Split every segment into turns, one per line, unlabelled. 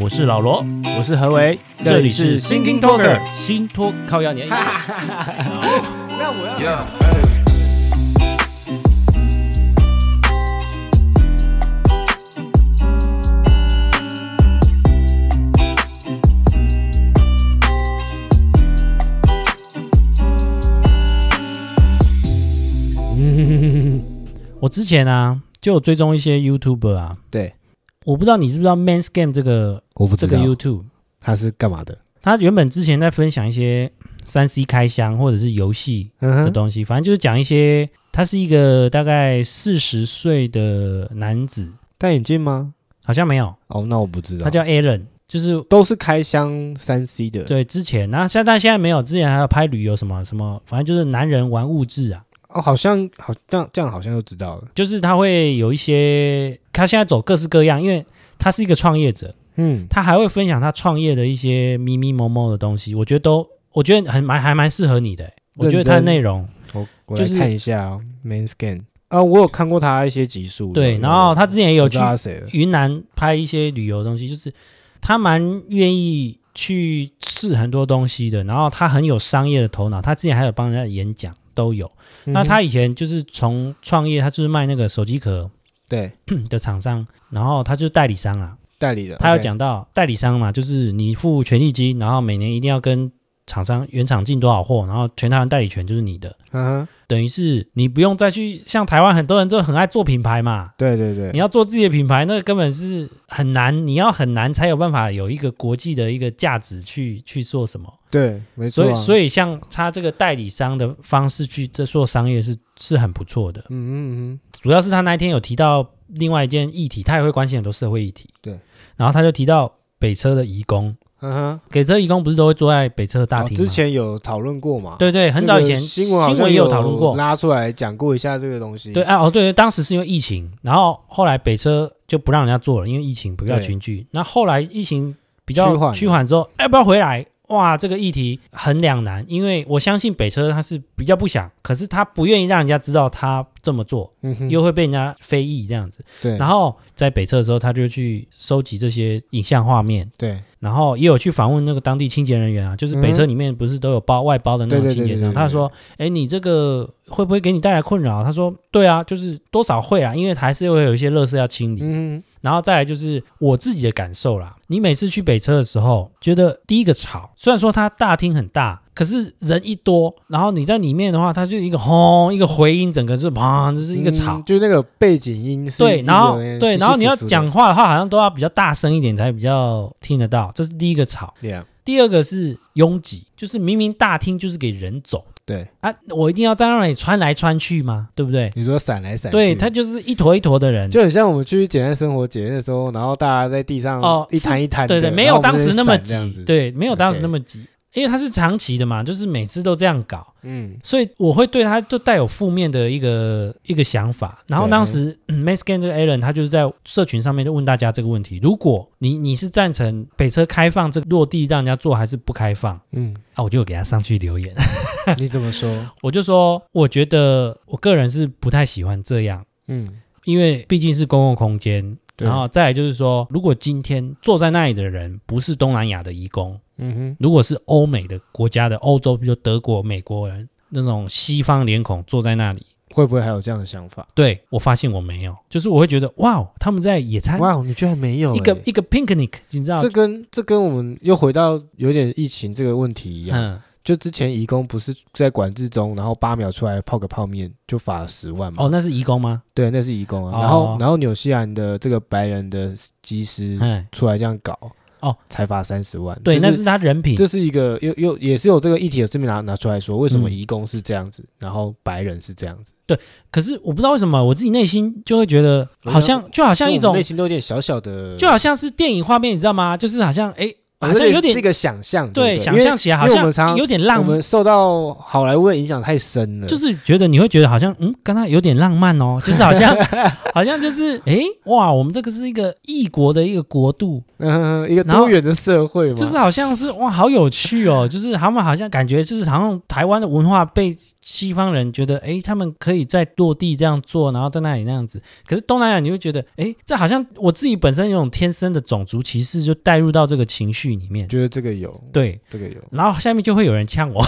我是老罗，
我是何为，这里是 Thinking Talker。
新托靠压年。
那我要
Yeah,
我之前啊，就有追踪一些 YouTuber 啊，
对，
我不知道你知不知道 Man's Game 这个
我不知
这
道
个 YouTube，
他是干嘛的。
他原本之前在分享一些三 C 开箱或者是游戏
嗯
的
哼，
东西，反正就是讲一些。他是一个大概四十岁的男子，
戴眼镜吗？
好像没有，
哦，那我不知道。
他叫 Alan，就是
都是开箱三 C 的。
对，之前，然后现在但现在没有，之前还有拍旅游什么什么，反正就是男人玩物质啊，
哦，好像好这样这样好像就知道了。
就是他会有一些，他现在走各式各样，因为他是一个创业者，
嗯，
他还会分享他创业的一些咪咪某某的东西，我觉得都，我觉得很蛮还蛮适合你的、我觉得他的
认真
内容
我我
就
来
是
看一下哦 Main Scan 啊，我有看过他一些集数。
对，
有
然后他之前也有
我
去嗯
知道他谁了。
云南拍一些旅游的东西，就是他蛮愿意去试很多东西的，然后他很有商业的头脑，他之前还有帮人家演讲都有。那
嗯哼
他以前就是从创业，他就是卖那个手机壳嗯
对
的厂商，然后他就是代理商啊。
代理的，
他有
OK
讲到代理商嘛，就是你付权利金，然后每年一定要跟厂商原厂进多少货，然后全台湾代理权就是你的，
嗯哼，
等于是你不用再去像台湾很多人都很爱做品牌嘛。
对对对，
你要做自己的品牌，那根本是很难，你要很难才有办法有一个国际的一个价值去去做什么。
对，没错
所以，
啊。
所
以
以像他这个代理商的方式去这做商业是是很不错的。
嗯嗯嗯，
主要是他那一天有提到另外一件议题，他也会关心很多社会议题。
对，
然后他就提到北车的移工，
嗯哼，
北车移工不是都会坐在北车的大
哦
厅吗？
之前有讨论过嘛？
对对，
那
很
个
早以前
新闻好
新
像
闻也有讨论过。
拉出来讲过一下这个东西。
对，啊，哦对，当时是因为疫情，然后后来北车就不让人家坐了，因为疫情不要
对
群聚。那后来疫情比
趋缓
较
了
趋缓之后，哎要不要回来？哇，这个议题很两难，因为我相信北车他是比较不想，可是他不愿意让人家知道他这么做，
嗯哼，
又会被人家非议这样子。
对，
然后在北侧的时候，他就去收集这些影像画面，
对嗯
然后也有去访问那个当地清洁人员啊，就是北侧里面不是都有包外包的那种
嗯对对对
清洁
对对
商，
对
他说：“哎，你这个会不会给你带来困扰？”他说：“对啊，就是多少会啊，因为还是会有一些垃圾要清理。
嗯
然后再来就是我自己的感受啦，你每次去北车的时候，觉得第一个吵，虽然说它大厅很大，可是人一多，然后你在里面的话，它就一个轰，一个回音，整个是砰，就是
哼，
一个吵。
嗯就是那个背景音是
对，
一直
然后
有哎点
对，
稀
然后你要
稀疏疏的
讲话的话，好像都要比较大声一点才比较听得到。这是第一个吵，
，Yeah，
第二个是拥挤，就是明明大厅就是给人走
对，
啊，我一定要在那里穿来穿去吗？对不对？
你说闪来闪去，
对，他就是一坨一坨的人。
就很像我们去简单生活节的时候，然后大家在地上
哦
一摊一摊的，
对对，没
然
有
后我们
当时那么
在闪这样
挤，
子，
对，没有当时
OK
那么挤，因为它是长期的嘛，就是每次都这样搞。
嗯，
所以我会对他就带有负面的一个一个想法。然后
对
当时嗯 m a s c a n 这个 Alan 他就是在社群上面就问大家这个问题：如果你你是赞成北车开放这个落地让人家坐，还是不开放？
嗯，
啊，我就有给他上去留言，
你怎么说？
我就说我觉得我个人是不太喜欢这样，
嗯，
因为毕竟是公共空间。
对
然后再来就是说，如果今天坐在那里的人不是东南亚的移工，
嗯
如果是欧美的国家的欧洲，比如德国、美国人那种西方脸孔坐在那里，
哼，会不会还有这样的想法？
对我发现我没有，就是我会觉得哇，他们在野餐，
哇，你居然没有
啊一个
欸
一个 picnic，你知道
这？跟这跟我们又回到有点疫情这个问题一样，
嗯，
就之前移工不是在管制中，然后八秒出来泡个泡面就罚了十万嘛？
哦，那是义工吗？
对，那是移工啊。
哦
然后然后纽西兰的这个白人的技师
嗯，
出来这样搞，
哦，
才罚三十万。
对，
就
那是他人品。
这是一个又又也是有这个议题有这边拿拿出来说，为什么
嗯
移工是这样子，然后白人是这样子？
可是我不知道为什么，我自己内心就会觉得好像就好像一
所以我们
种
内，心都有点小小的，
就好像是电影画面，你知道吗？就是好像哎。好像有点
哦是一个想象，
对，
不
想象起来好
因为我们常
像
常
有点
因为我
浪，
们受到好莱坞的影响太深了，
就是觉得你会觉得好像嗯，刚刚有点浪漫 哦，就是好像好像就是诶，哇，我们这个是一个异国的一个国度，
嗯、 一个
然后
多元的社会嘛，
就是好啊像是哇，好有趣哦， 就是他们好像感觉就是好像台湾的文化被西方人觉得诶，他们可以在落地这样做，然后在那里那样子，可是东南亚你会觉得诶，这好像我自己本身有种天生的种族歧视就带入到这个情绪里面，
觉得这个有，
对，
这个有，
然后下面就会有人呛我，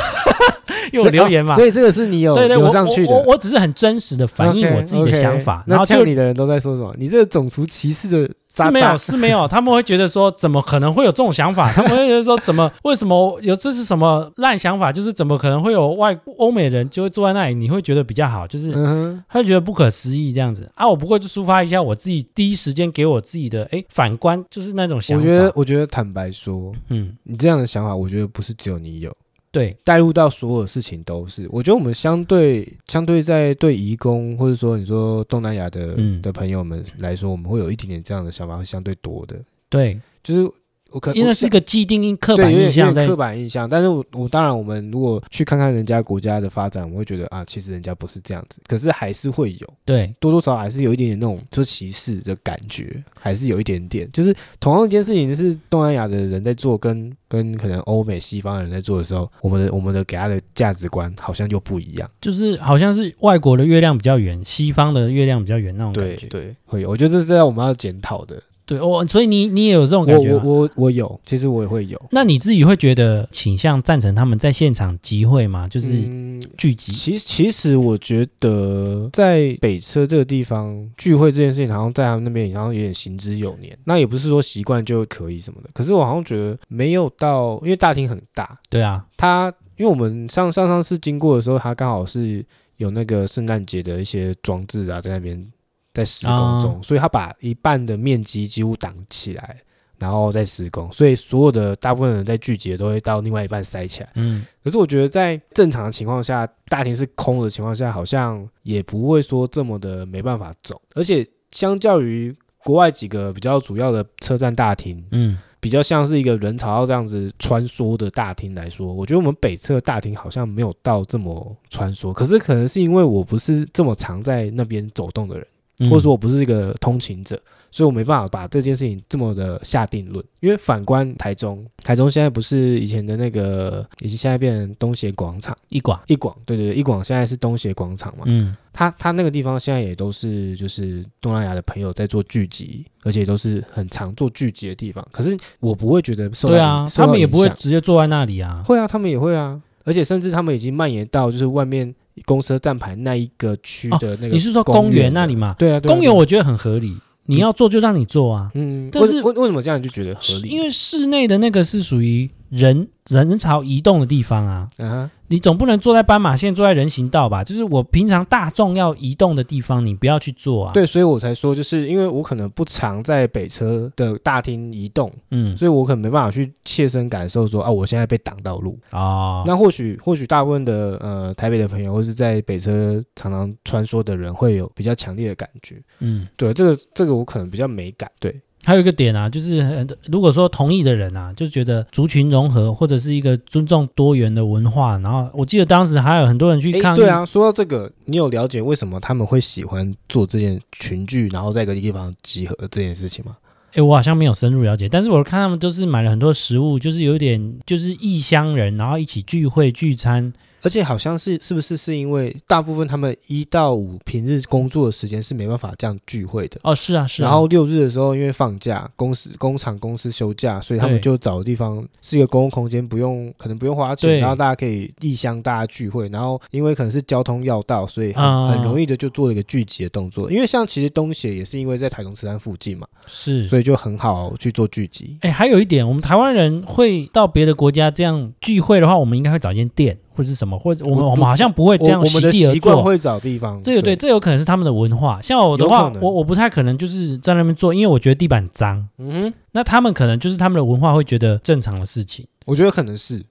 因为
所
我
以
留言嘛
哦。所以这个是你有
对对，
有
我
上去的
我我我只是很真实的反映
OK，
我自己的
OK
想法，
那
然后
呛
就
你的人都在说什么？你这个种族歧视的渣
是没
渣
有，是没有，他们会觉得说怎么可能会有这种想法？他们会觉得说怎么为什么有这是什么烂想法？就是怎么可能会有外欧美人就会坐在那里，你会觉得比较好，就是。
嗯哼，
他就觉得不可思议这样子啊！我不过就抒发一下我自己第一时间给我自己的哎反观，就是那种想
我
法。
觉得，我觉得坦白说，
嗯，
你这样的想法，我觉得不是只有你有，
对，
带入到所有事情都是。我觉得我们相对相对在对移工，或者说你说东南亚的、
嗯
的朋友们来说，我们会有一点点这样的想法，会相对多的。
对，
就是我可
因为
呃我
是一个既定印刻
对
板
有点
印象
有点
在
刻板印象，但是我我当然我们如果去看看人家国家的发展，我会觉得啊，其实人家不是这样子，可是还是会有。
对，
多多少少还是有一点点那种就是歧视的感觉，还是有一点点。就是同样一件事情是东南亚的人在做，跟跟可能欧美西方人在做的时候，我们的我们的给他的价值观好像又不一样。
就是好像是外国的月亮比较圆，西方的月亮比较圆那种
对
感觉。
对，会有。我觉得这是要我们要检讨的。
对，哦，所以你你也有这种
我
感觉啊
我
吗？
我我有，其实我也会有，
那你自己会觉得倾向赞成他们在现场集会吗？就是
嗯
聚集，
其其实我觉得在北车这个地方聚会这件事情，好像在他们那边，好像有点行之有年。那也不是说习惯就可以什么的，可是我好像觉得没有到，因为大厅很大，
对啊，
它因为我们上上上次经过的时候，它刚好是有那个圣诞节的一些装置啊，在那边在施工中，所以它把一半的面积几乎挡起来。然后在施工，所以所有的大部分人在聚集的都会到另外一半塞起来。
嗯，
可是我觉得在正常的情况下，大厅是空的情况下，好像也不会说这么的没办法走。而且相较于国外几个比较主要的车站大厅，
嗯，
比较像是一个人潮要这样子穿梭的大厅来说，我觉得我们北侧大厅好像没有到这么穿梭。可是可能是因为我不是这么常在那边走动的人，
嗯
或者说我不是一个通勤者，所以我没办法把这件事情这么的下定论。因为反观台中，台中现在不是以前的那个，已经现在变成东协广场
一寡，
一广，对对对，一广现在是东协广场嘛，
嗯，
他他那个地方现在也都是就是东南亚的朋友在做聚集，而且都是很常做聚集的地方。可是我不会觉得受到
对啊
影，受
他
到
们也不会
影响
直接坐在那里啊，
会啊，他们也会啊，而且甚至他们已经蔓延到就是外面公车站牌那一个区
哦
的那个、
你是说公园那里？吗？
对啊，对啊
公园，
对啊
我觉得很合理，你要做就让你做啊，
嗯，
但
为
是
为为什么这样你就觉得合理？
因为室内的那个是属于人人潮移动的地方啊。
啊哈，
你总不能坐在斑马线，坐在人行道吧？就是我平常大众要移动的地方，你不要去做啊。，
对，所以我才说，就是因为我可能不常在北车的大厅移动，
嗯，
所以我可能没办法去切身感受说啊，我现在被挡到路。
哦，
那或许或许大部分的呃台北的朋友，或是在北车常常穿梭的人，会有比较强烈的感觉。
嗯，
对，这个这个我可能比较没感。对，
还有一个点啊，就是很多如果说同意的人啊，就觉得族群融合或者是一个尊重多元的文化，然后我记得当时还有很多人去
诶
抗议，
对啊，说到这个，你有了解为什么他们会喜欢做这件群聚，然后在一个地方集合这件事情吗？
诶我好像没有深入了解，但是我看他们都是买了很多食物，就是有点就是异乡人，然后一起聚会聚餐，
而且好像是是不是是因为大部分他们一到五平日工作的时间是没办法这样聚会的，
哦，是啊，是啊，
然后六日的时候，因为放假，公司工厂公司休假，所以他们
对
就找地方是一个公共空间，不用可能不用花
对
钱，然后大家可以异乡大家聚会，然后因为可能是交通要道，所以很,、
啊
很容易的就做了一个聚集的动作。因为像其实东协也是因为在台中车站附近嘛，
是。
所以就很好去做聚集。
哎，还有一点，我们台湾人会到别的国家这样聚会的话，我们应该会找一间店或者是什么，或者我们
我
我们好像不会这
我
样
我们
席
的
地而
习
坐
惯。会找地方，
这个对，这有可能是他们的文化。像我的
有
话
可，能
我我不太可能就是在那边做，因为我觉得地板脏。
嗯哼，
那他们可能就是他们的文化会觉得正常的事情。
我觉得可能是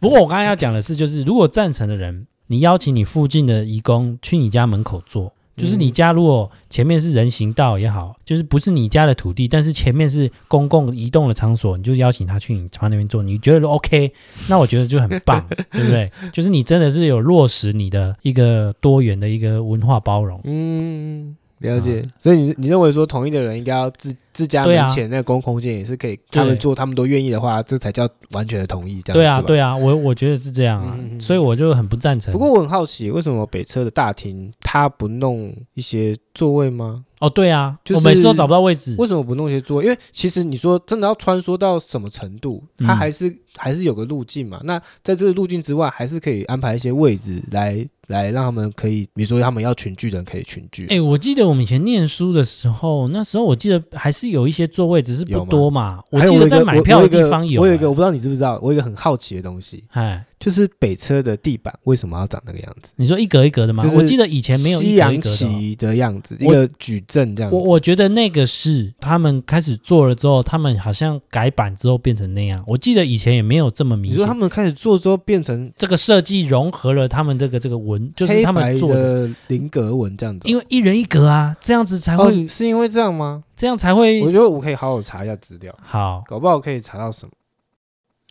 不过我刚才要讲的是，就是如果赞成的人，你邀请你附近的义工去你家门口做，就是你家如果前面是人行道也好，就是不是你家的土地，但是前面是公共移动的场所，你就邀请他去你家那边做，你觉得 OK，那我觉得就很 棒，对不对？就是你真的是有落实你的一个多元的一个文化包容。
嗯，了解。
啊
所以你你认为说同意的人应该要自自家
对啊
门前那个公共空间也是可以，他们
对
做他们都愿意的话，这才叫完全的同意，这样
对啊，
是吧
对啊，我我觉得是这样啊，
嗯嗯嗯
所以我就很不赞成。
不过我很好奇，为什么北车的大厅他不弄一些座位吗？
哦，对啊，
就是
我每次都找不到位置。
为什么不弄一些座位？因为其实你说真的要穿梭到什么程度，
嗯
它还是、还是有个路径嘛。那在这个路径之外，还是可以安排一些位置来来让他们可以，比如说他们要群聚的人可以群聚。
哎、我记得我们以前念书的时候，那时候我记得还是有一些座位，只是
有
不
吗
多嘛。我
还有
记得
我有一
在
个
买
我
票
有
的
一个
地方有、
我有一个
哎
我不知道你知不知道，我有一个很好奇的东西，
哎，
就是北车的地板为什么要长那个样子？
你说一格一格的吗？
就是
我记得以前没有一
西
格一
洋
格的哦、
棋的样子，一
我
个矩阵这样子。
我我觉得那个是他们开始做了之后，他们好像改版之后变成那样。我记得以前也没有这么明
你说他
显。
们开始做之后变成
这个设计融合了他们这个这个文，就是
黑
他们
白
做的，
的菱格纹这样子，
因为一人一格啊，这样子才
哦
会，
是因为这样吗？
这样才会
我觉得我可以好好查一下资料，
好。
搞不好可以查到什么。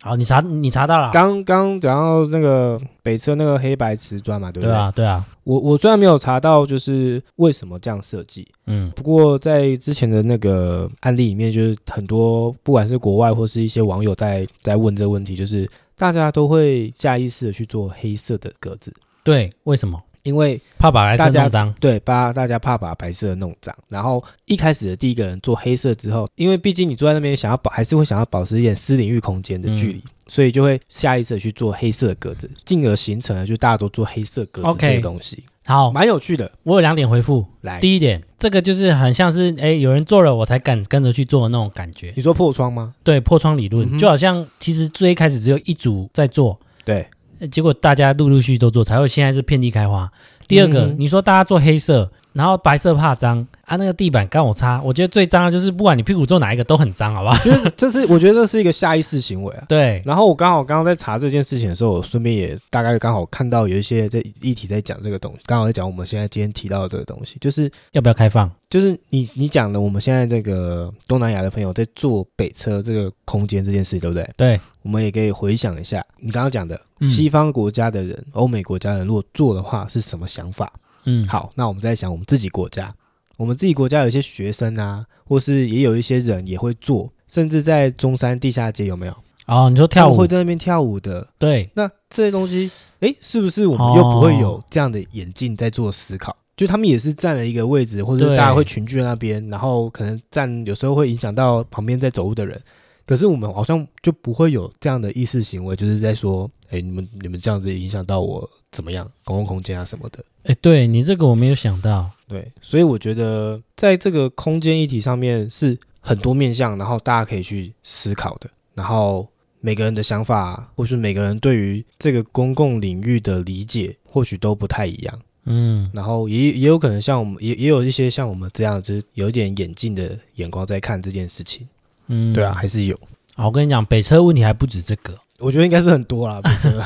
好，你查你查到了啊，
刚刚讲到那个北侧那个黑白瓷砖嘛，对不
对
对？
啊，对啊，
我我虽然没有查到就是为什么这样设计，
嗯
不过在之前的那个案例里面，就是很多不管是国外或是一些网友在在问这个问题，就是大家都会下意识的去做黑色的格子，
对，为什么
因为
怕把白色
大家
弄脏？
对，把大家怕把白色弄脏，然后一开始的第一个人做黑色之后，因为毕竟你坐在那边想要保，还是会想要保持一点私领域空间的距离，所以就会下意识的去做黑色的格子，进而形成了就大家都做黑色格子
OK
这个东西，
好，
蛮有趣的。
我有两点回复。
来，
第一点，这个就是很像是哎，有人做了我才敢跟着去做的那种感觉。
你说破窗吗？
对，破窗理
嗯
论、
哼
就好像其实最开始只有一组在做，
对，
呃结果大家陆陆续续都做，才会现在是遍地开花。第二个，
嗯哼
你说大家做黑色，然后白色怕脏啊，那个地板干我擦，我觉得最脏的就是不管你屁股坐哪一个都很脏，好不好？
就是这是我觉得这是一个下意识行为啊。
对，
然后我刚好刚刚在查这件事情的时候，我顺便也大概刚好看到有一些在议题在讲这个东西，刚好在讲我们现在今天提到的这个东西，就是
要不要开放？
就是你你讲的，我们现在这个东南亚的朋友在坐北车这个空间这件事，对不对？
对，
我们也可以回想一下你刚刚讲的，
嗯
西方国家的人、欧美国家人如果做的话是什么想法？
嗯，
好，那我们再想我们自己国家，我们自己国家有一些学生啊，或是也有一些人也会做，甚至在中山地下街有没有
哦，你说
他
跳
们
舞
会，在那边跳舞的？
对，
那这些东西，诶，是不是我们又不会有这样的眼镜在做思考？就他们也是占了一个位置，或者是
对
大家会群聚在那边，然后可能占有时候会影响到旁边在走路的人。可是我们好像就不会有这样的意识行为，就是在说，诶，你们你们这样子影响到我怎么样，公共空间啊什么的。
哎，对你这个我没有想到，
对，所以我觉得在这个空间议题上面是很多面向，然后大家可以去思考的，然后每个人的想法，或是每个人对于这个公共领域的理解，或许都不太一样。
嗯，
然后也也有可能像我们，也也有一些像我们这样，就是有一点眼镜的眼光在看这件事情。
嗯，
对啊，还是有，
好，我跟你讲，北车问题还不止这个。
我觉得应该是很多啦，北车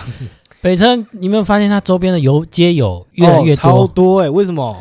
北车，你有没有发现它周边的游街友 越来越
哦超
多？
多哎、为什么？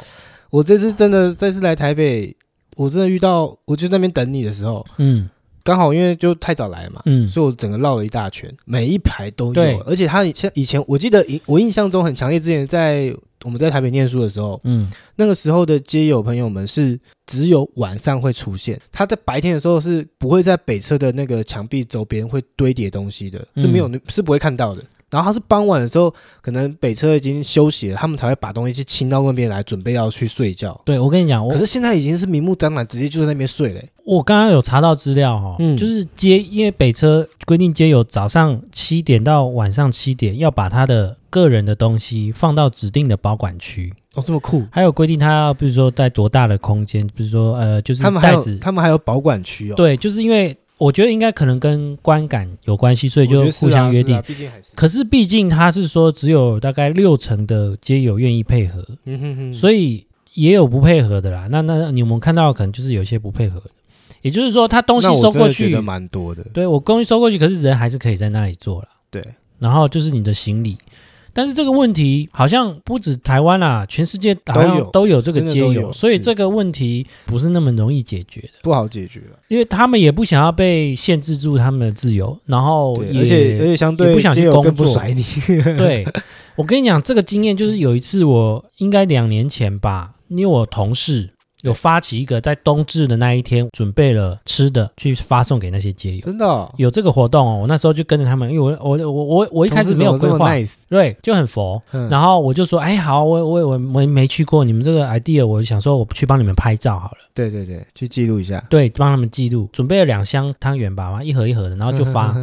我这次真的这次来台北，我真的遇到，我就在那边等你的时候，
嗯
刚好因为就太早来了嘛，
嗯，
所以我整个绕了一大圈，每一排都
对
有，而且他以前以前我记得以我印象中很强烈，之前在我们在台北念书的时候，
嗯，
那个时候的街友朋友们是只有晚上会出现，他在白天的时候是不会在北侧的那个墙壁周边会堆叠东西的，
嗯
是没有、是不会看到的。然后他是傍晚的时候，可能北侧已经休息了，他们才会把东西去清到那边来，准备要去睡觉。
对我跟你讲，我
可是现在已经是明目张胆，直接就在那边睡了欸、
我刚刚有查到资料哈、哦，
嗯
就是街，因为北车规定街友早上七点到晚上七点要把他的个人的东西放到指定的保管区，
哦，这么酷！
还有规定他要，比如说在多大的空间，比如说呃，就是
他们还
袋
有
子，
他们还有保管区哦。
对，就是因为我觉得应该可能跟观感有关系，所以
我
就
觉得是
互
啊
相约
是
定。
啊毕竟还是，
可是毕竟他是说只有大概六成的街友愿意配合，
嗯哼哼
所以也有不配合的啦。那那你们看到的可能就是有一些不配合的，也就是说他东西
那我
收
真的
过
觉
去
得，蛮多的，
对我东西收过去，可是人还是可以在那里做了。
对，
然后就是你的行李，但是这个问题好像不止台湾啦、全世界好
都有
像都有这个
真的
街
都
友，
有
所以
是
这个问题不是那么容易解决的，
不好解决啊了。
因为他们也不想要被限制住他们的自由，然后
对，
哦也
而且而且相对
也不想去
街友
工
更不
作
甩你，
对，我跟你讲这个经验，就是有一次我应该两年前吧，因为我同事有发起一个在冬至的那一天准备了吃的去发送给那些街友。
真的哦。
有这个活动哦，我那时候就跟着他们，因为我我我我我一开始没有
同事
规
怎么这么
划，
nice，
对，就很佛。
嗯
然后我就说，哎，好，我我我我没去过你们这个 idea，我想说我去帮你们拍照好了，
对对对，去记录一下，
对，帮他们记录，准备了两箱汤圆吧，一盒一盒的，然后就发。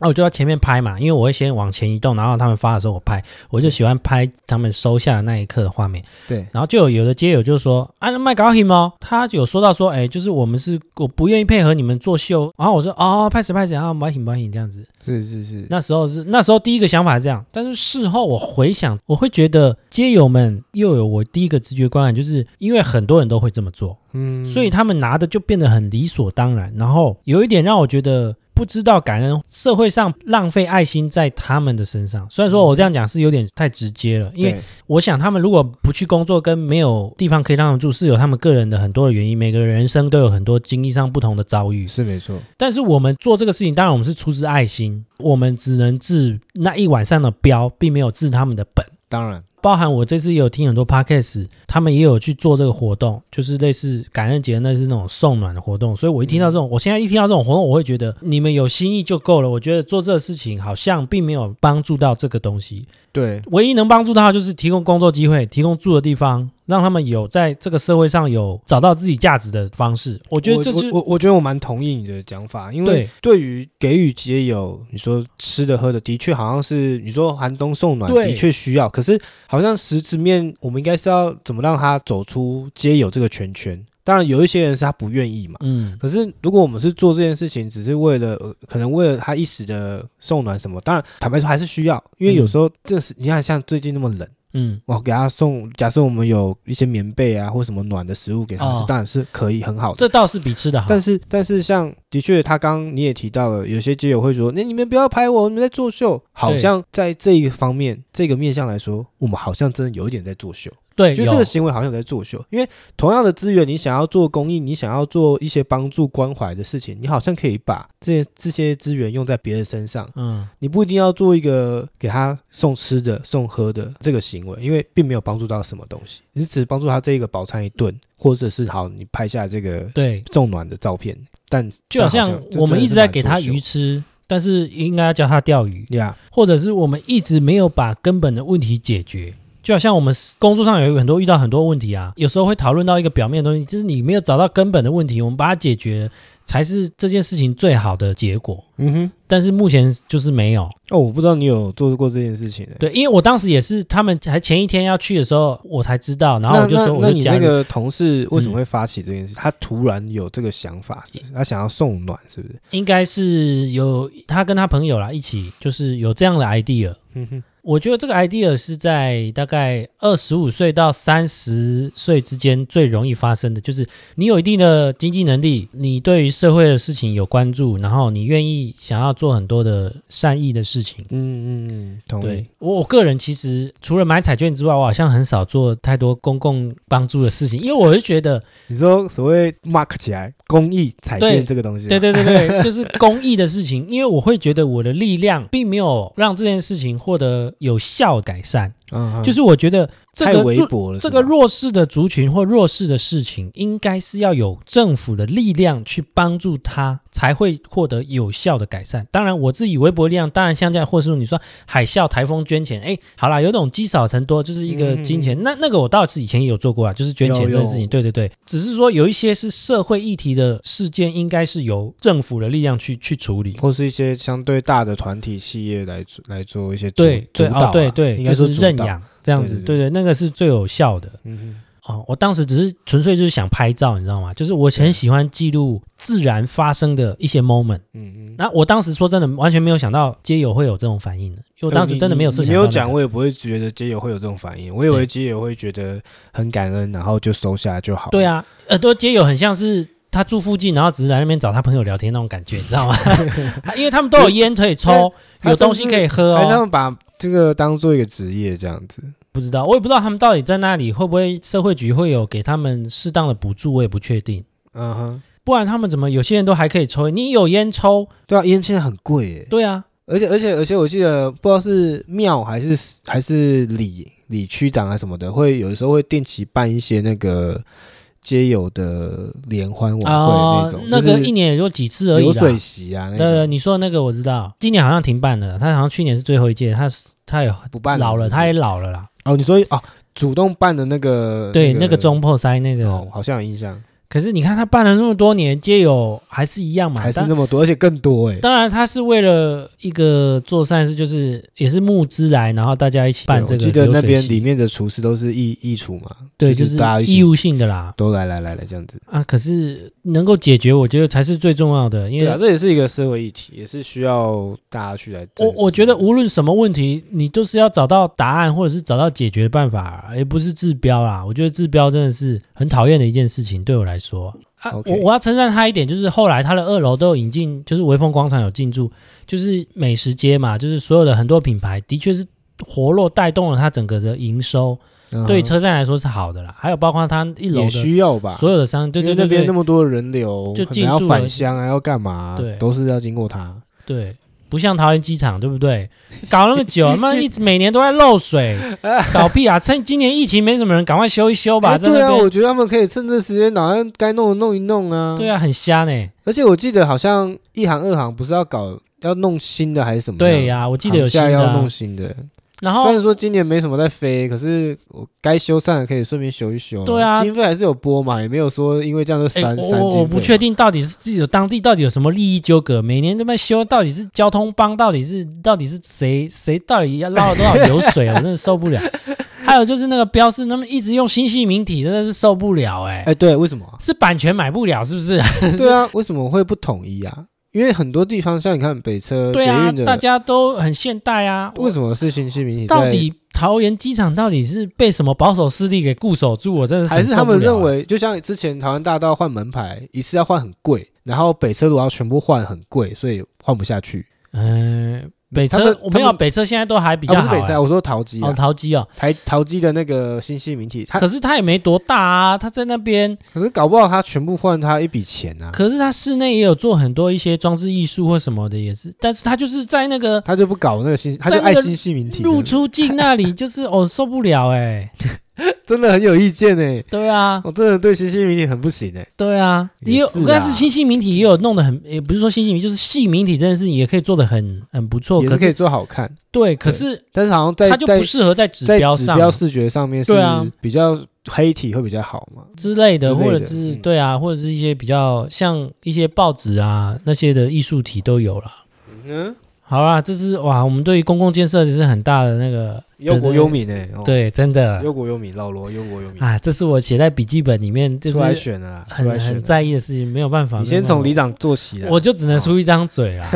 那、我就要前面拍嘛，因为我会先往前移动，然后他们发的时候我拍，我就喜欢拍他们收下的那一刻的画面。
对，
然后就有有的街友就说啊，那卖高兴哦，他有说到说，哎，就是我们是我不愿意配合你们作秀，然后我说哦，拍谁拍谁啊，卖行卖行这样子。
是是是，
那时候是那时候第一个想法是这样，但是事后我回想，我会觉得街友们又有我第一个直觉观感，就是因为很多人都会这么做，
嗯
所以他们拿的就变得很理所当然。然后有一点让我觉得不知道感恩，社会上浪费爱心在他们的身上。虽然说我这样讲是有点太直接了，因为
对
我想他们如果不去工作，跟没有地方可以让他们住，是有他们个人的很多的原因，每个人人生都有很多经历上不同的遭遇。
是没错，
但是我们做这个事情，当然我们是出自爱心，我们只能治那一晚上的标，并没有治他们的本。
当然
包含我这次也有听很多 podcast，他们也有去做这个活动，就是类似感恩节，类似那种送暖的活动。所以我一听
嗯
到这种，我现在一听到这种活动，我会觉得你们有心意就够了。我觉得做这个事情好像并没有帮助到这个东西，
对，
唯一能帮助到的就是提供工作机会，提供住的地方，让他们有在这个社会上有找到自己价值的方式。我
我
觉得这是
我嗯我觉得我蛮同意你的讲法，因为
对
对于给予街友，你说吃的喝的，的确好像是你说寒冬送暖，
对
的确需要，可是好像实质面，我们应该是要怎么让他走出街友这个圈圈？当然有一些人是他不愿意嘛。
嗯，
可是，如果我们是做这件事情，只是为了、呃可能为了他一时的送暖什么，当然坦白说还是需要，因为有时候这是你看像最近那么冷，
嗯，
哇，给他送，假设我们有一些棉被啊或什么暖的食物给他，
哦
是当然是可以很好的。
这倒是比吃的好。
但是，但是像的确，他刚你也提到了，有些街友会说：“那你们不要拍我，你们在作秀。”好像在这一方面，这个面向来说，我们好像真的有一点在作秀。
对，
就
哎有
这个行为好像有在作秀，因为同样的资源，你想要做公益，你想要做一些帮助关怀的事情，你好像可以把这些这些资源用在别人身上，
嗯，
你不一定要做一个给他送吃的、送喝的这个行为，因为并没有帮助到什么东西，你只帮助他这一个饱餐一顿，或者是好你拍下这个
对，
送暖的照片，但
就好像我们一直在给他鱼
鱼
吃，但是应该要教他钓鱼，
呀，
或者是我们一直没有把根本的问题解决。就好像我们工作上有很多遇到很多问题啊，有时候会讨论到一个表面的东西，就是你没有找到根本的问题，我们把它解决了，才是这件事情最好的结果。
嗯哼，
但是目前就是没有，
哦，我不知道你有做过这件事情、欸，
对，因为我当时也是他们还前一天要去的时候，我才知道，然后我就说
那那
我
那
就
你
加
那
入。
个同事为什么会发起这件事？他突然有这个想法，
嗯
是不是他想要送暖，是不是？
应该是有他跟他朋友啦一起，就是有这样的 idea。
嗯哼，
我觉得这个 idea 是在大概二十五岁到三十岁之间最容易发生的，就是你有一定的经济能力，你对于社会的事情有关注，然后你愿意想要做很多的善意的事情。
嗯嗯，同
对
意。
我我个人其实除了买彩券之外，我好像很少做太多公共帮助的事情，因为我是觉得
你说所谓 mark 起来公益彩
对
券这个东西，
对，对对对，就是公益的事情，因为我会觉得我的力量并没有让这件事情获得有效改善，
嗯，
就是我觉得这
太
个
微
做
薄了，
这
是
个
吧
弱势的族群或弱势的事情，应该是要有政府的力量去帮助他，才会获得有效的改善。当然，我自己微薄力量，当然像这样，或是你说海啸、台风捐钱，哎，好啦，有种积少成多，就是一个
嗯
金钱。那那个我倒是以前也有做过啊，就是捐钱
有
这件事情。
有
对对对，只是说有一些是社会议题的事件，应该是由政府的力量去去处理。
或是一些相对大的团体企业来做来做一些主
对对
主导
哦
啊，
对对，
应该
就是
主
认
导。
养这样子，
对
对
对
对，那个是最有效的。
嗯
哦，我当时只是纯粹就是想拍照，你知道吗？就是我很喜欢记录自然发生的一些 moment。
哼嗯嗯。
那我当时说真的，完全没有想到街友会有这种反应的，因为我当时真的没有设
呃你
想
你没
到、那
有
个
讲，我也不会觉得街友会有这种反应。我以
对
为街友会觉得很感恩，然后就收下就好。
啊呃对，啊，很多街友很像是他住附近，然后只是来那边找他朋友聊天那种感觉，你知 道吗？因为他们都有烟可以抽，
他
有
甚
东西
至
可以喝
还是他
哦。
们把这个当做一个职业这样子？
不知道，我也不知道他们到底在那里会不会社会局会有给他们适当的补助，我也不确定。
嗯哼，
不然他们怎么有些人都还可以抽？你有烟抽？
对啊，烟现在很贵耶，
对啊，
而且而且而且，我记得不知道是庙还是还是里里区长啊什么的，会有的时候会定期办一些那个街友的联欢晚会
啊
那种，，
那
就
个
是
一年也就几次而已
流
啦。
水席啊那
呃，
种，
你说的那个我知道，今年好像停办了，他好像去年是最后一届，他是他也
不办
老了，
是不是
他也老了啦。
哦，你说哦，主动办的那个
对，那个中破塞那
哦
个，，
好像有印象，
可是你看他办了那么多年，街友还是一样嘛，
还是
当
那么多，而且更多哎。
当然，他是为了一个做善事，就是也是募资来，然后大家一起办这
对
个
我记得
流
那
水
边
席
里面的厨师都是义义厨嘛，
对，
就
就是是
大家一起
义务性的啦。
都来来来来这样子。
啊，可是能够解决，我觉得才是最重要的，因
对
为
啊，这也是一个社会议题，也是需要大家去来正
我
视。
我觉得无论什么问题，你都是要找到答案，或者是找到解决办法，而不是治标啦。我觉得治标真的是很讨厌的一件事情，对我来说。啊
OK
我我要称赞他一点，就是后来他的二楼都有引进，就是微风广场有进驻，就是美食街嘛，就是所有的很多品牌，的确是活络带动了它整个的营收，
嗯
对车站来说是好的啦。还有包括它一楼
也
的
需要吧，
所有的商，对
因
对
为
对
那边那
对
么多人流，
就
可能
进
要
驻
返
了
乡啊，要干嘛？
对
都是要经过它。
对，不像桃园机场，对不 对？搞那么久，妈一直每年都在漏水，搞屁啊！趁今年疫情没什么人，赶快修一修吧，
哎
在
对
那
啊，
边。
我觉得他们可以趁这时间，好像该弄的弄一弄啊。
对，啊，很瞎呢。
而且我记得好像一行二行不是要搞要弄新的还是什么样？
对呀、我记得有新
行下
的
要
啊、
弄新的。
然
虽
后
然说今年没什么在飞，可是我该修缮的可以顺便修一修。
对啊
经费还是有拨嘛，也没有说因为这样就
哎
删
我
删
我我
经
不
费
确
嘛。
定到底是自己有当地到底有什么利益纠葛，每年这么修，到底是交通帮，到底是到底是谁谁到底要捞了多少流水，我真的受不 了。还有就是那个标示，那么一直用新系名体，真的是受不了哎、
哎，对，为什 么啊？
是版权买不了是不是？
对啊，为什么会不统一啊？因为很多地方像你看北车呃捷
对啊
运，
大
的，
家都很现代啊。
为什么是新西民体在？
到底桃园机场到底是被什么保守势力给固守住？我真的
还是
是
他
很受不
们
了啊
认为，就像之前台湾大道换门牌一次要换很贵，然后北车如果要全部换很贵，所以换不下去。
嗯、北
他们
车我没
他
有
们
北车现在都还比
啊
较
不
好、
是北车，
欸。
我说桃机
哦，
啊，
桃机哦，
台桃机的那个新西民体，它
可是它也没多大啊，它在那边，
可是搞不好它全部换它一笔钱啊，
可是它室内也有做很多一些装置艺术或什么的，也是，但是它就是在那 个
他就不搞那个新，他就
在那
爱
个
新西民体的，
入出境那 里，就是哦受不了哎、欸，
真的很有意见哎，
对啊，
我真的对新西民体很不行哎。
对啊，
也
也有
是，
但
啊
是新兴名体也有弄得很，也不是说新兴名，就是细名体这件事情也可以做得很很不错，
也
哦可
是可以
是
做好看，
对，可
对
是
但是好像在
它就
在
不适合在指
在
标
指
上
标视觉上面是
对啊
比较黑体会比较好嘛。
之类的，
之类
或
的
者是
嗯
对啊，或者是一些比较像一些报纸啊那些的艺术体都有了。
嗯，
好啦，这是哇，我们对于公共建设也是很大的那个
忧国忧民哎，哦，
对，真的
忧国忧民，老罗忧国忧民，
啊，这是我写在笔记本里面，就
出来
是
选了啦，出
很
来选
很
了。
在意的事情，没有办法。
你
没
先
有
从哦
办
里长做起啊
法
啦，
我就只能出一张嘴 啦。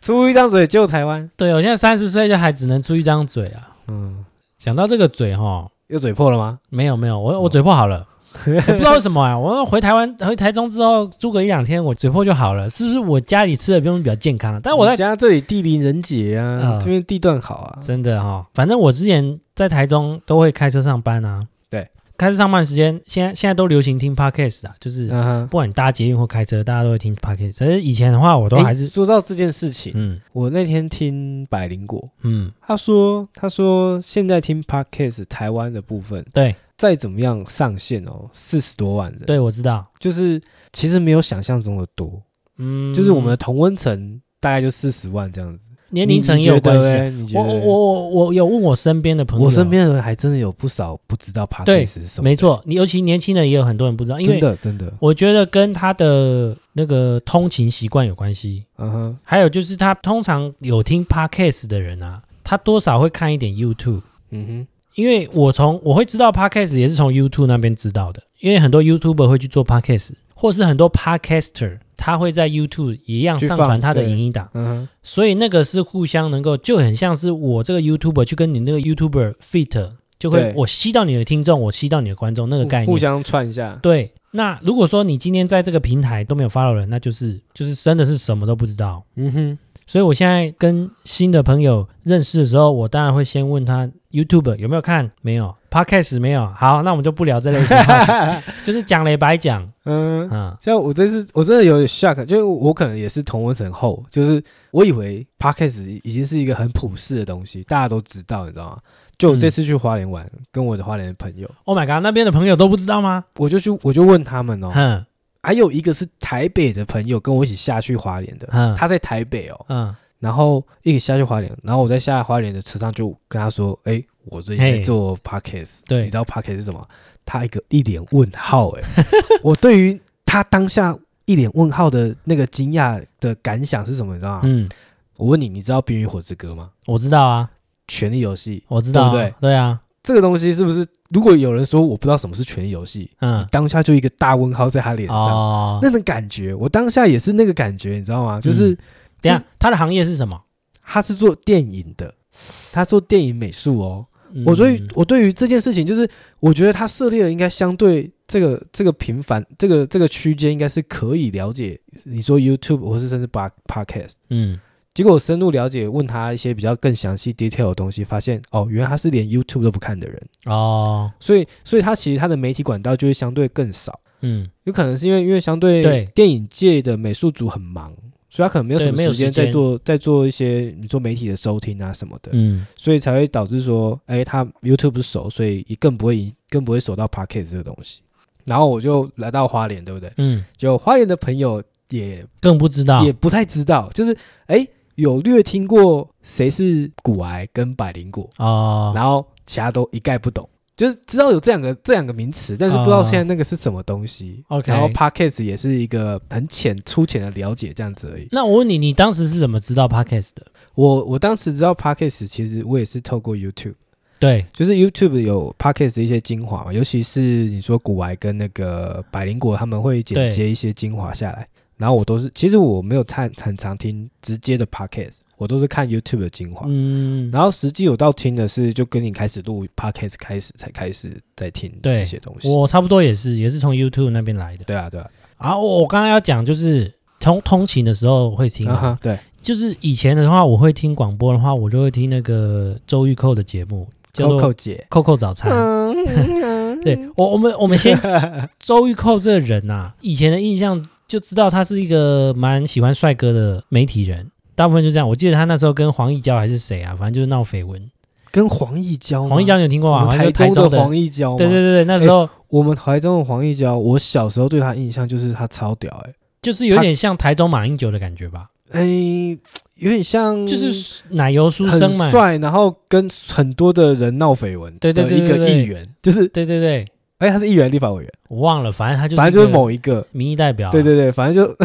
出一张嘴救台湾。
对我现在三十岁就还只能出一张嘴啊。
嗯，
讲到这个嘴哈，
又嘴破了吗？
没有没有，我
哦
我嘴破好 了，我不知道为什么啊。我回台湾回台中之后住个一两天，我嘴破就好了，是不是？我家里吃的比我们比较健康，啊但我
你
在
家这里地灵人杰啊，
嗯
这边地段好啊。
真的哈、反正我之前在台中都会开车上班啊。
对，
开车上班时间，现在现在都流行听 podcast 啊，就是
嗯哼，
不管搭捷运或开车，大家都会听 podcast。可是以前的话，我都还
诶
是
说到这件事情，
嗯
我那天听百灵果，
嗯，
他说他说现在听 podcast 台湾的部分
对
再怎么样上线哦，四十多万人，，
对，我知道，
就是其实没有想象中的多，
嗯，
就是我们的同温层大概就四十万这样子，
年龄层
你
也有关。
你觉得
系。
嘞你觉
我
得
我
嘞
我我有问我身边的朋友，
我身边的人还真的有不少不知道 podcast 是什么，
没，错，你尤其年轻人也有很多人不知道，因
真
为
的真的，
我觉得跟他的那个通勤习惯有关系，
嗯哼，
还有就是他通常有听 podcast 的人啊，他多少会看一点 YouTube，
嗯哼，
因为我从我会知道 podcast 也是从 YouTube 那边知道的，因为很多 YouTuber 会去做 podcast，或是很多 podcaster 他会在 YouTube 一样
去
上
放
传他的
对
影音档，
嗯
所以那个是互相能够就很像是我这个 YouTuber 去跟你那个 YouTuber fit 就会
对
我吸到你的听众，我吸到你的观众那个概念，
互相串一下，
对，那如果说你今天在这个平台都没有 follow 人，那就是就是真的是什么都不知道。
嗯哼，
所以我现在跟新的朋友认识的时候，我当然会先问他 YouTube 有没有看，没有 Podcast 没有。好，那我们就不聊这类型话 题，就是讲了也白讲。
嗯，
嗯，
像我这次我真的有点 shock，就是我可能也是同温层后，就是我以为 podcast 已经是一个很普世的东西，大家都知道，你知道吗？就我这次去花莲玩，跟我的花莲的朋友，
Oh my god，那边的朋友都不知道吗？
我就去我就问他们哦，
哼
还有一个是台北的朋友跟我一起下去花莲的，
哼
他在台北哦，
嗯，
然后一起下去花莲，然后我在下花莲的车上就跟他说，哎，我最近在
嘿
做 podcast，
对
你知道 podcast 是什么？他一个一脸问号、哎， 我对于他当下一脸问号的那个惊讶的感想是什么？你知道吗？
嗯，
我问你，你知道《冰与火之歌》吗？
我知道啊，
《权力游戏》
我知道、啊，
对不
啊，
这个东西是不是？如果有人说我不知道什么是《权力游戏》，
嗯，
当下就一个大问号在他脸上，
哦，
那种感觉，我当下也是那个感觉，你知道吗？
嗯
就是
等一下他的行业是什么？
他是做电影的，他做电影美术哦。
嗯
我对于我对于这件事情，就是我觉得他涉猎的应该相对这个这个频繁这个这个区间，应该是可以了解。你说 YouTube 或是甚至 pod podcast，
嗯
结果我深入了解，问他一些比较更详细 detail 的东西，发现哦，原来他是连 YouTube 都不看的人，
哦
所以所以他其实他的媒体管道就会相对更少。
嗯，
有可能是因为因为相对
对
电影界的美术组很忙，所以他可能没有
对
什么
没有
时间
时间
在做在做一些你做媒体的收听啊什么的，
嗯
所以才会导致说，哎、他 YouTube 不熟，所以也更不会更不会熟到 Pocket 这个东西。然后我就来到花莲，对不对？
嗯，
就花莲的朋友也、
更不知道
也不太知道，就是哎、有略听过谁是骨癌跟百灵果，
哦，
然后其他都一概不懂，就是知道有这两个这两个名词，但是不知道现在那个是什么东西。
哦，OK
然后 podcast 也是一个很浅粗浅的了解这样子而已。
那我问你，你当时是怎么知道 podcast 的？
我我当时知道 podcast，其实我也是透过 YouTube，
对，
就是 YouTube 有 podcast 的一些精华嘛，尤其是你说古玩跟那个百灵果他们会剪接一些精华下来。然后我都是，其实我没有太很常听直接的 podcast，我都是看 YouTube 的精华。
嗯，
然后实际有到听的是，就跟你开始录 podcast 开始才开始在听
对
这些东西。
我差不多也是，也是从 YouTube 那边来的。
对啊，对啊，
啊，我我刚刚要讲就是从通勤的时候会听
啊
嘛，
哈，对，
就是以前的话，我会听广播的话，我就会听那个周玉蔻的节目，叫做
扣
《
姐，
扣扣早餐》。
嗯
对我，我们我们 先周玉蔻这个人呐、以前的印象就知道他是一个蛮喜欢帅哥的媒体人，大部分就这样。我记得他那时候跟黄义交还是谁啊，反正就是闹绯闻。
跟黄义交吗，
黄啊义交你有听过
我
吗？
们
好像就
台
州
的黄义交吗，哎
对对对对，那时候
我们台中的黄义交，我小时候对他印象就是他超屌、欸，
就是有点像台中马英九的感觉吧，
哎、有点像
就是奶油书
嗯很
生嘛。
帅，然后跟很多的人闹绯闻，
对对对
一
对
个
对
议员，就是
对对对，
哎、他是议员、立法委员，
我忘了，反正他就是
反正就是
一个
某一个，
民意代表啊。
对对对，反正就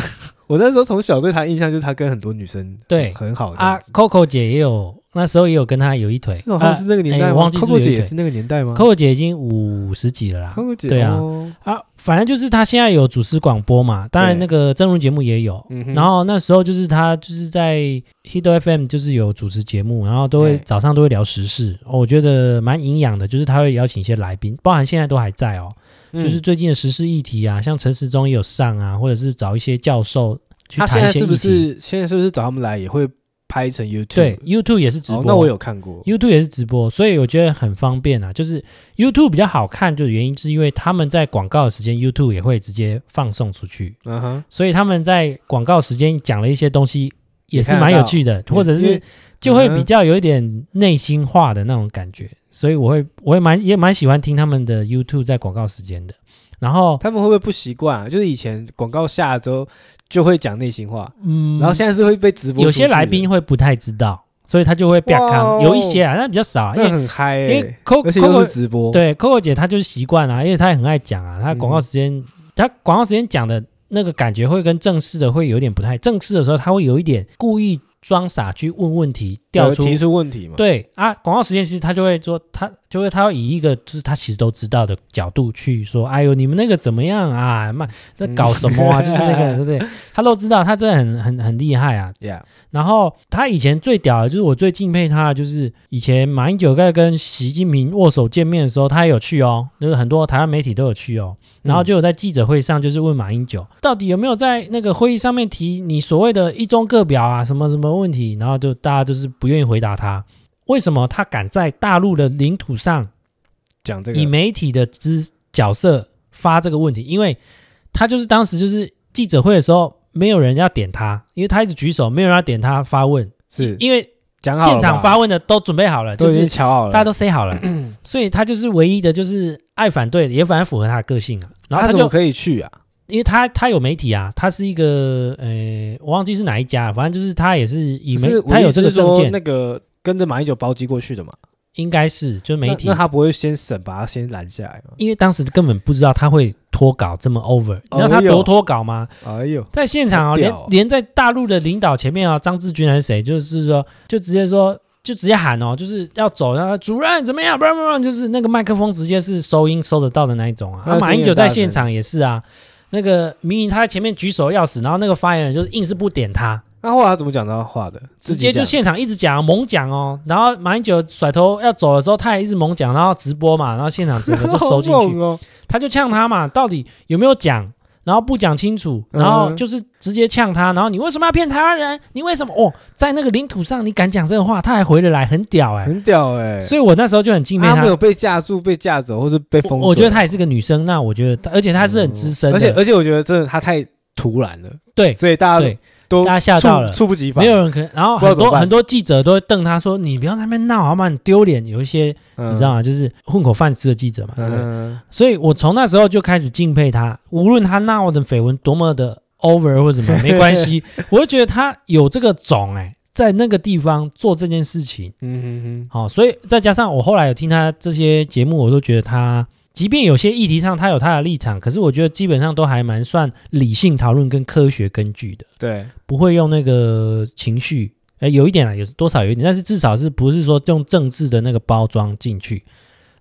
我那时候从小对他印象就是他跟很多女生
对
很好这
啊
样子
，Coco 姐也有那时候也有跟他有一腿。
是哦，他们是那个年
哎
代
我
吗？
忘记是不
Coco
是有
姐
一
也
腿
是那个年代吗？
Coco 姐已经五十几了啦
Coco 姐
对啊
哦
啊，反正就是她现在有主持广播嘛，当然
对
那个真人节目也有。
嗯哼
然后那时候就是她就是在 Hit FM 就是有主持节目，然后都会
对
早上都会聊时事，哦我觉得蛮营养的。就是她会邀请一些来宾，包含现在都还在哦。
嗯
就是最近的时事议题啊，像陈时中也有上啊，或者是找一些教授去
他
谈一
现在
些议题。
是不是现在是不是找他们来也会拍成 YouTube？
对 YouTube 也是直播？
哦，那我有看过。
YouTube 也是直播，所以我觉得很方便啊。就是 YouTube 比较好看，就是原因是因为他们在广告的时间，YouTube 也会直接放送出去，
嗯哼，
所以他们在广告时间讲了一些东西，也是蛮有趣的，或者
因
是
为嗯
就会比较有一点内心化的那种感觉。所以我会，我也蛮也蛮喜欢听他们的 YouTube 在广告时间的。然后，
他们会不会不习惯、啊？就是以前广告下了之后就会讲内心话，
嗯，
然后现在是会被直播
有
出去的。
些来宾会不太知道，所以他就会变
哇哦
康，有一些啊，那比较少啊，因
那
为
很嗨、
因
欸，
为 Coco
而且又是直播，，
对，Coco 姐她就是习惯啊，因为她也很爱讲啊，她广告
嗯
时间，她广告时间讲的那个感觉会跟正式的会有点不太，正式的时候她会有一点故意装傻去问问题，调出
呃提出问题嘛？，
对啊，广告时间其实他就会说，他就会他要以一个就是他其实都知道的角度去说，哎呦，你们那个怎么样啊？慢在
嗯
搞什么 啊？就是那个对不对？他都知道，他真的很很很厉害啊。
呀，
然后他以前最屌的就是我最敬佩他，的就是以前马英九在跟习近平握手见面的时候，他也有去哦，就是很多台湾媒体都有去哦。然后就有在记者会上就是问马英九，到底有没有在那个会议上面提你所谓的一中各表啊什么什么问题？然后就大家就是不愿意回答他，为什么他敢在大陆的领土上
讲这
以
个，
媒体的之角色发这个问题，因为他就是当时就是记者会的时候，没有人要点他，因为他一直举手，没有人要点他发问，
是
因为
讲好了
现场
吧
发问的都准备好了，就
都已经
是
瞧好了，
大家都 say 好 了，所以他就是唯一的，就是爱反对，也反而符合他的个性啊。然后
他
他
怎么
就，
可以去啊？
因为他他有媒体啊，他是一个呃，我忘记是哪一家了，反正就是他也是以媒
可是，我
他有
意思
这个
是
证
说
件，
那个跟着马英九包机过去的嘛，
应该是就是媒
那
体
那他不会先审，把他先拦下来吗？
因为当时根本不知道他会脱稿这么 over，你知道他
哎呦
多脱稿吗？
哎呦，
在现场啊、
好
连
屌哦
连在大陆的领导前面啊，张志军还是谁，就是说，就直接说，就直接喊哦，就是要走，然后主任怎么样，不然不然，就是那个麦克风直接是收音收得到的那一种啊。
那
啊马
声音
英九
很大
在现场也是啊，那个明明他在前面举手要死，然后那个发言人就是硬是不点他，
那后来他怎么讲到话的？
直接就
现
现场一直讲猛讲哦，然后马英九甩头要走的时候，他也一直猛讲，然后直播嘛，然后现场整个就收 进去，
哦，
他就呛他嘛，到底有没有讲？然后不讲清楚，
嗯
然后就是直接呛他，然后你为什么要骗台湾人？你为什么哦，在那个领土上你敢讲这个话，他还回得来，很屌哎、
很屌哎，
所以我那时候就很敬佩
他
他
没。有被架住、被架走，或是被
我
封。嗯
我觉得他也是个女生，那我觉得她，而且她是很资深的，
而且而且我觉得真的他太突然了，
对
所以大家
对，
都
大家吓到了
猝猝不及防，
没有人可。然后
不知
很
道怎么
多
办
很多记者都会瞪他说：“你不要在那边闹，好吗？很丢脸。”有一些
嗯，
你知道吗？就是混口饭吃的记者嘛，对不对？
嗯，
所以我从那时候就开始敬佩他，无论他闹的绯闻多么的 over 或者什么，没关系，我就觉得他有这个种哎、在那个地方做这件事情，
嗯哼哼，
好、所以再加上我后来有听他这些节目，我都觉得他。即便有些议题上他有他的立场，可是我觉得基本上都还蛮算理性讨论跟科学根据的，
对，
不会用那个情绪，哎，有一点啊，有多少有一点，但是至少是不是说用政治的那个包装进去。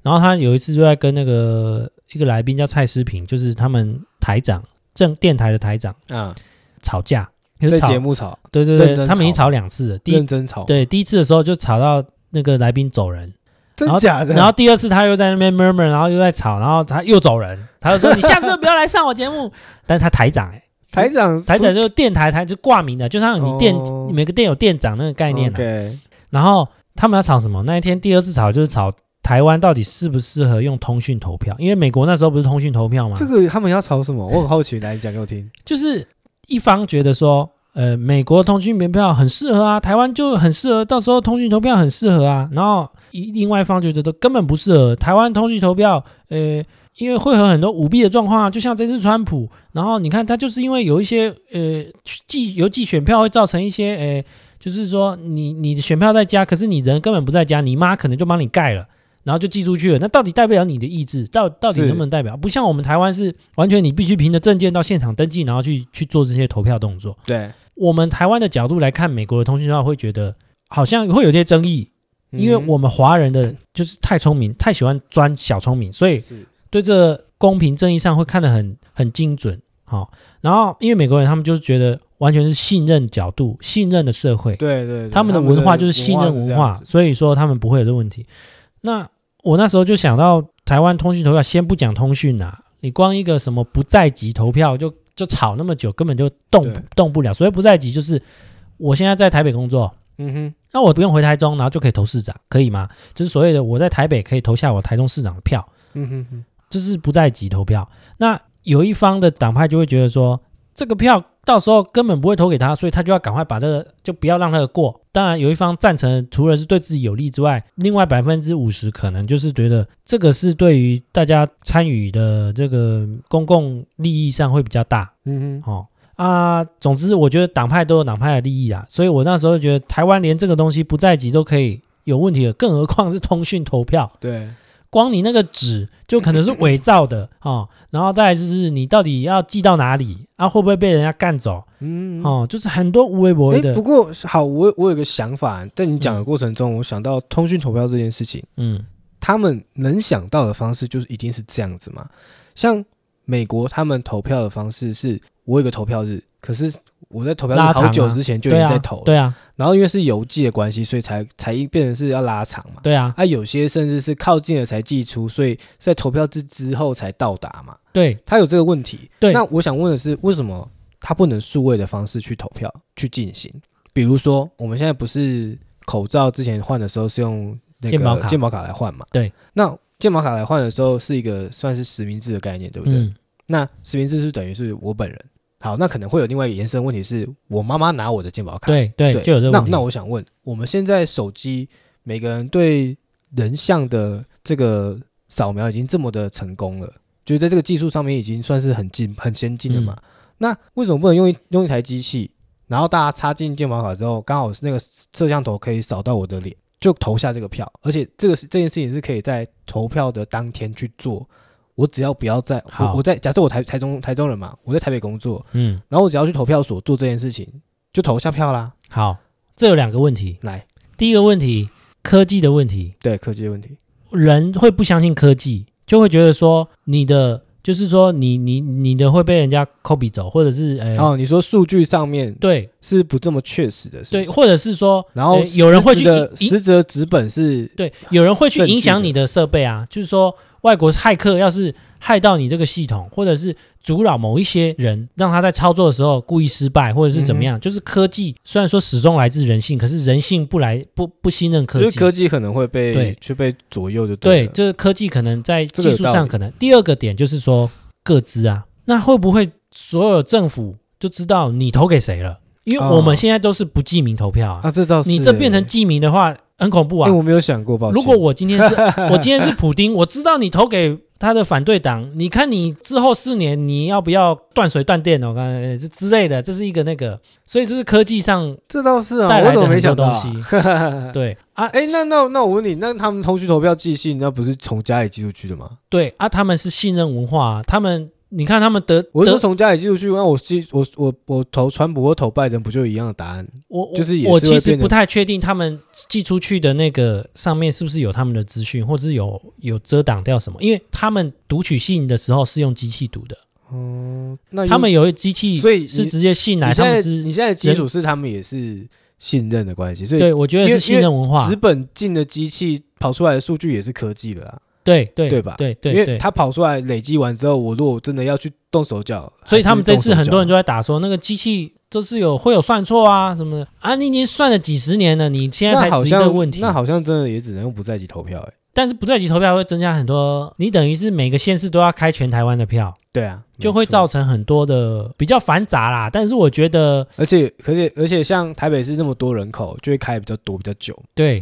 然后他有一次就在跟那个一个来宾叫蔡思平，就是他们台长正电台的台长
啊，
吵架，就
在
吵
节目吵，
对对
认
对，
真
他们已经
吵
吵两次了。第一
认真吵，
对第一次的时候就吵到那个来宾走人，
真
然后
假的？
然后第二次他又在那边 murmur，然后又在吵，然后他又走人，他就说你下次不要来上我节目。 但是他台长哎、
台长
台长就是电台台就挂名的，就像你店、
哦
你每个店有店长那个概念、啊。
对，
然后他们要吵什么？那一天第二次吵就是吵台湾到底适不适合用通讯投票，因为美国那时候不是通讯投票吗？
这个他们要吵什么？我很好奇，来你讲给我听。
就是一方觉得说，呃，美国通讯投票很适合啊，台湾就很适合，到时候通讯投票很适合啊。然后一另外一方觉得都根本不适合，台湾通讯投票，呃。因为会有很多舞弊的状况啊，就像这次川普，然后你看他就是因为有一些呃寄邮寄选票会造成一些呃，就是说你你的选票在家，可是你人根本不在家，你妈可能就帮你盖了，然后就寄出去了，那到底代表你的意志？到到底
是
能不能代表？不像我们台湾是完全你必须凭着证件到现场登记，然后去去做这些投票动作。
对，
我们台湾的角度来看，美国的通讯票会觉得好像会有些争议，
嗯
因为我们华人的就是太聪明，太喜欢钻小聪明，所以
是
对这公平正义上会看得很很精准。好、然后因为美国人他们就是觉得完全是信任角度，信任的社会，
对对对，
他们的文化就是信任
是这
文
样
化，
子
所以说他们不会有这问题。那我那时候就想到，台湾通讯投票，先不讲通讯啊，你光一个什么不在籍投票就就吵那么久，根本就动
对
动不了。所谓不在籍，就是我现在在台北工作，
嗯哼，
那我不用回台中，然后就可以投市长，可以吗？就是所谓的我在台北可以投下我台中市长的票，
嗯哼哼，
就是不在籍投票。那有一方的党派就会觉得说，这个票到时候根本不会投给他，所以他就要赶快把这个就不要让他过。当然，有一方赞成，除了是对自己有利之外，另外百分之五十可能就是觉得这个是对于大家参与的这个公共利益上会比较大
嗯哼，
哦。啊，总之我觉得党派都有党派的利益啊，所以我那时候就觉得台湾连这个东西不在籍都可以有问题了，更何况是通讯投票。
对，
光你那个纸就可能是伪造 的哦，然后再来就是你到底要寄到哪里啊？会不会被人家干走？
嗯，
哦，就是很多无微不
哎、
微的
不，过好，我我有个想法，在你讲的过程中，我想到通讯投票这件事情，
嗯
他们能想到的方式就是一定是这样子嘛？像美国他们投票的方式是，我有个投票日，可是我在投票
拉
日
长啊
好久之前就已
对
经
啊
在投，了，
对啊，
然后因为是邮寄的关系，所以才才变成是要拉长嘛。
对啊，
啊，有些甚至是靠近了才寄出，所以在投票之之后才到达嘛。
对
他有这个问题。
对
那我想问的是，为什么他不能数位的方式去投票去进行？比如说，我们现在不是口罩之前换的时候是用那个
健保卡
健保卡来换嘛？
对。
那健保卡来换的时候是一个算是实名制的概念，对不对？
嗯
那实名制是不是等于是我本人。好，那可能会有另外一个延伸问题是，我妈妈拿我的健保卡，
对对，哎就有这个
那
问题。
那我想问，我们现在手机每个人对人像的这个扫描已经这么的成功了，就是在这个技术上面已经算是很进很先进了
嗯
嘛？那为什么不能用一用一台机器，然后大家插进健保卡之后，刚好是那个摄像头可以扫到我的脸，就投下这个票？而且这个是这件事情是可以在投票的当天去做。我只要不要在，我
好
我在假设我台台中台中人嘛，我在台北工作，
嗯，
然后我只要去投票所做这件事情，就投下票啦。
好，这有两个问题。
来，
第一个问题，科技的问题，
对科技的问题，
人会不相信科技，就会觉得说你的就是说你你你的会被人家 copy 走，或者是呃、
哦，你说数据上面
对
是不这么确实的，是不
对，
是
或者是说
然后
呃有人会去
实质的
影
实质的纸本是，
对，有人会去
证据
影响
的
你的设备啊，就是说外国骇客要是害到你这个系统，或者是阻扰某一些人，让他在操作的时候故意失败，或者是怎
嗯
么样，就是科技虽然说始终来自人性，可是人性不来不不信任科
就
技
是。科技可能会被
对
去被左右就
对，
了
这个科技可能在
这个
技
有
术
道
上
理
可能。第二个点就是说各资啊，那会不会所有政府就知道你投给谁了？因为我
哦
们现在都是不记名投票啊，
啊，这倒是
你这变成
欸
记名的话，很恐怖啊。
哎，我没有想过，抱歉
如果我今天是 我今天是普丁，我知道你投给他的反对党，你看你之后四年你要不要断水断电哦，刚才这之类的，这是一个那个，所以这是科技上
这倒是啊，
带
我
来
怎
的
么没
很多
想
东
到啊
西？。 对啊，
哎，那那那我问你，那他们通讯投票寄信，那不是从家里寄出去的吗？
对啊，他们是信任文化啊，他们你看他们得
我是
得
说从家里寄出去，那我寄我我我投川普或投拜登，不就一样的答案？
我我
就是也是
我
会
其实
变得
不太确定他们寄出去的那个上面是不是有他们的资讯，或者是有有遮挡掉什么，因为他们读取信的时候是用机器读的，
那
他们有机器
所以你
是直接信来，
你
他
现在
们
你
是
现在的基础是他们也是信任的关系，所以
对我觉得
因为
是信任文化
纸，本进的机器跑出来的数据也是科技了啦，
对对
对吧
对
因
对
为
对，
它跑出来累积完之后，我如果真的要去动手脚，
所以他们这次很多人
就
就在打说那个机器。都是有会有算错啊什么的啊，你已经算了几十年了，你现在才
好
质疑这个
像
问题。
那好像真的也只能用不在籍投票哎、
但是不在籍投票会增加很多，你等于是每个县市都要开全台湾的票，
对啊，
就会
没错
造，成很多的比较繁杂啦。但是我觉得，
而且而且而且像台北市那么多人口，就会开比较多比较久。
对，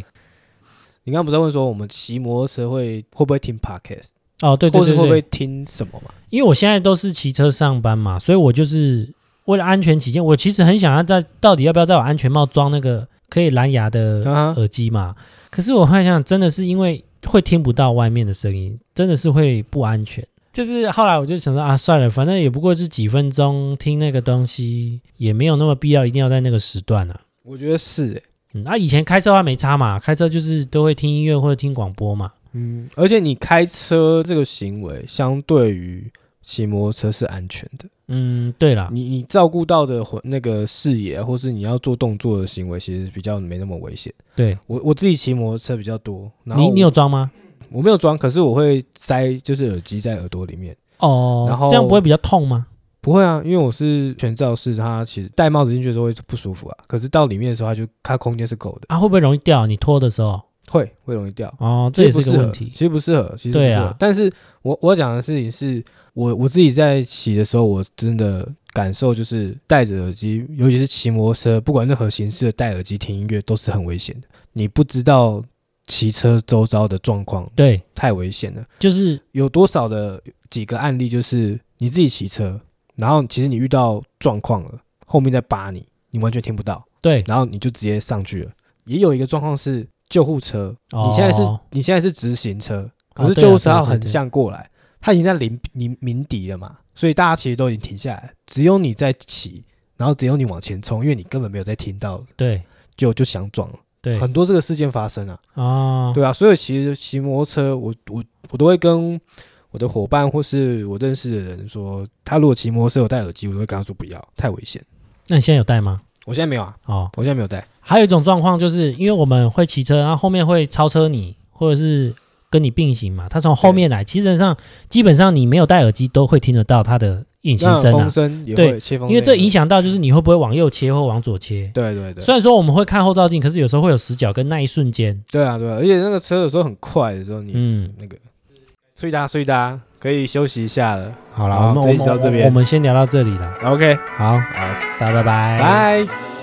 你刚刚不是问说我们骑摩托车会会不会听 podcast，
哦，对对
或
对
是会
对
不会听什么嘛？
因为我现在都是骑车上班嘛，所以我就是为了安全起见，我其实很想要在到底要不要在我安全帽装那个可以蓝牙的
啊哈
耳机嘛。可是我幻想真的是因为会听不到外面的声音，真的是会不安全。就是后来我就想说啊，算了，反正也不过是几分钟听那个东西，也没有那么必要一定要在那个时段啊。
我觉得是、欸，
嗯，啊，以前开车的话没差嘛，开车就是都会听音乐或者听广播嘛。
嗯，而且你开车这个行为，相对于骑摩托车是安全的。
嗯，对啦，
你你照顾到的环那个视野，或是你要做动作的行为，其实比较没那么危险。
对
我我自己骑摩托车比较多，然后
你你
我
有装吗？
我没有装，可是我会塞就是耳机在耳朵里面。
哦，
然后
这样不会比较痛吗？
不会啊，因为我是全罩式，它其实戴帽子进去的时候会不舒服啊。可是到里面的时候，它就它空间是够的，
啊，会不会容易掉？你拖的时候，
会会容易掉。
哦，这也是
其
个
实不适合
问题
其。实不适合，其实不
对
适合。
啊
但是我我讲的事情是我我自己在骑的时候，我真的感受就是戴着耳机，尤其是骑摩托车，不管任何形式的戴耳机听音乐都是很危险的。你不知道骑车周遭的状况，
对，
太危险了。
就是
有多少的几个案例就是你自己骑车，然后其实你遇到状况了，后面在扒你，你完全听不到，
对，
然后你就直接上去了。也有一个状况是救护车，你现在是
哦
你现在是直行车，可是
哦对啊
救护车要
对对
横
对
向过来，它已经在临临鸣笛了嘛，所以大家其实都已经停下来，只有你在骑，然后只有你往前冲，因为你根本没有在听到，
对
就就想撞了，
对
很多这个事件发生啊。
哦，
对啊，所以其实骑摩托车，我我我都会跟我的伙伴或是我认识的人说，他如果骑摩托车有戴耳机，我都会跟他说不要，太危险。
那你现在有带吗？
我现在没有啊，
哦，
我现在没有戴。
还有一种状况就是，因为我们会骑车，然后后面会超车你，或者是跟你并行嘛。他从后面来，其实上基本上你没有戴耳机都会听得到他的引擎
那
声啊
风，声也
对
会切风声也会，
因为这影响到就是你会不会往右切或往左切。
对。对对对，
虽然说我们会看后照镜，可是有时候会有死角跟那一瞬间，
对啊对啊，而且那个车有时候很快的时候，你
嗯，
那个睡哒睡哒，可以休息一下了。
好了，
好
我们
这
我
一集
们
到这边
我们先聊到这里了。
OK，
好，
好，
大家拜拜，
拜。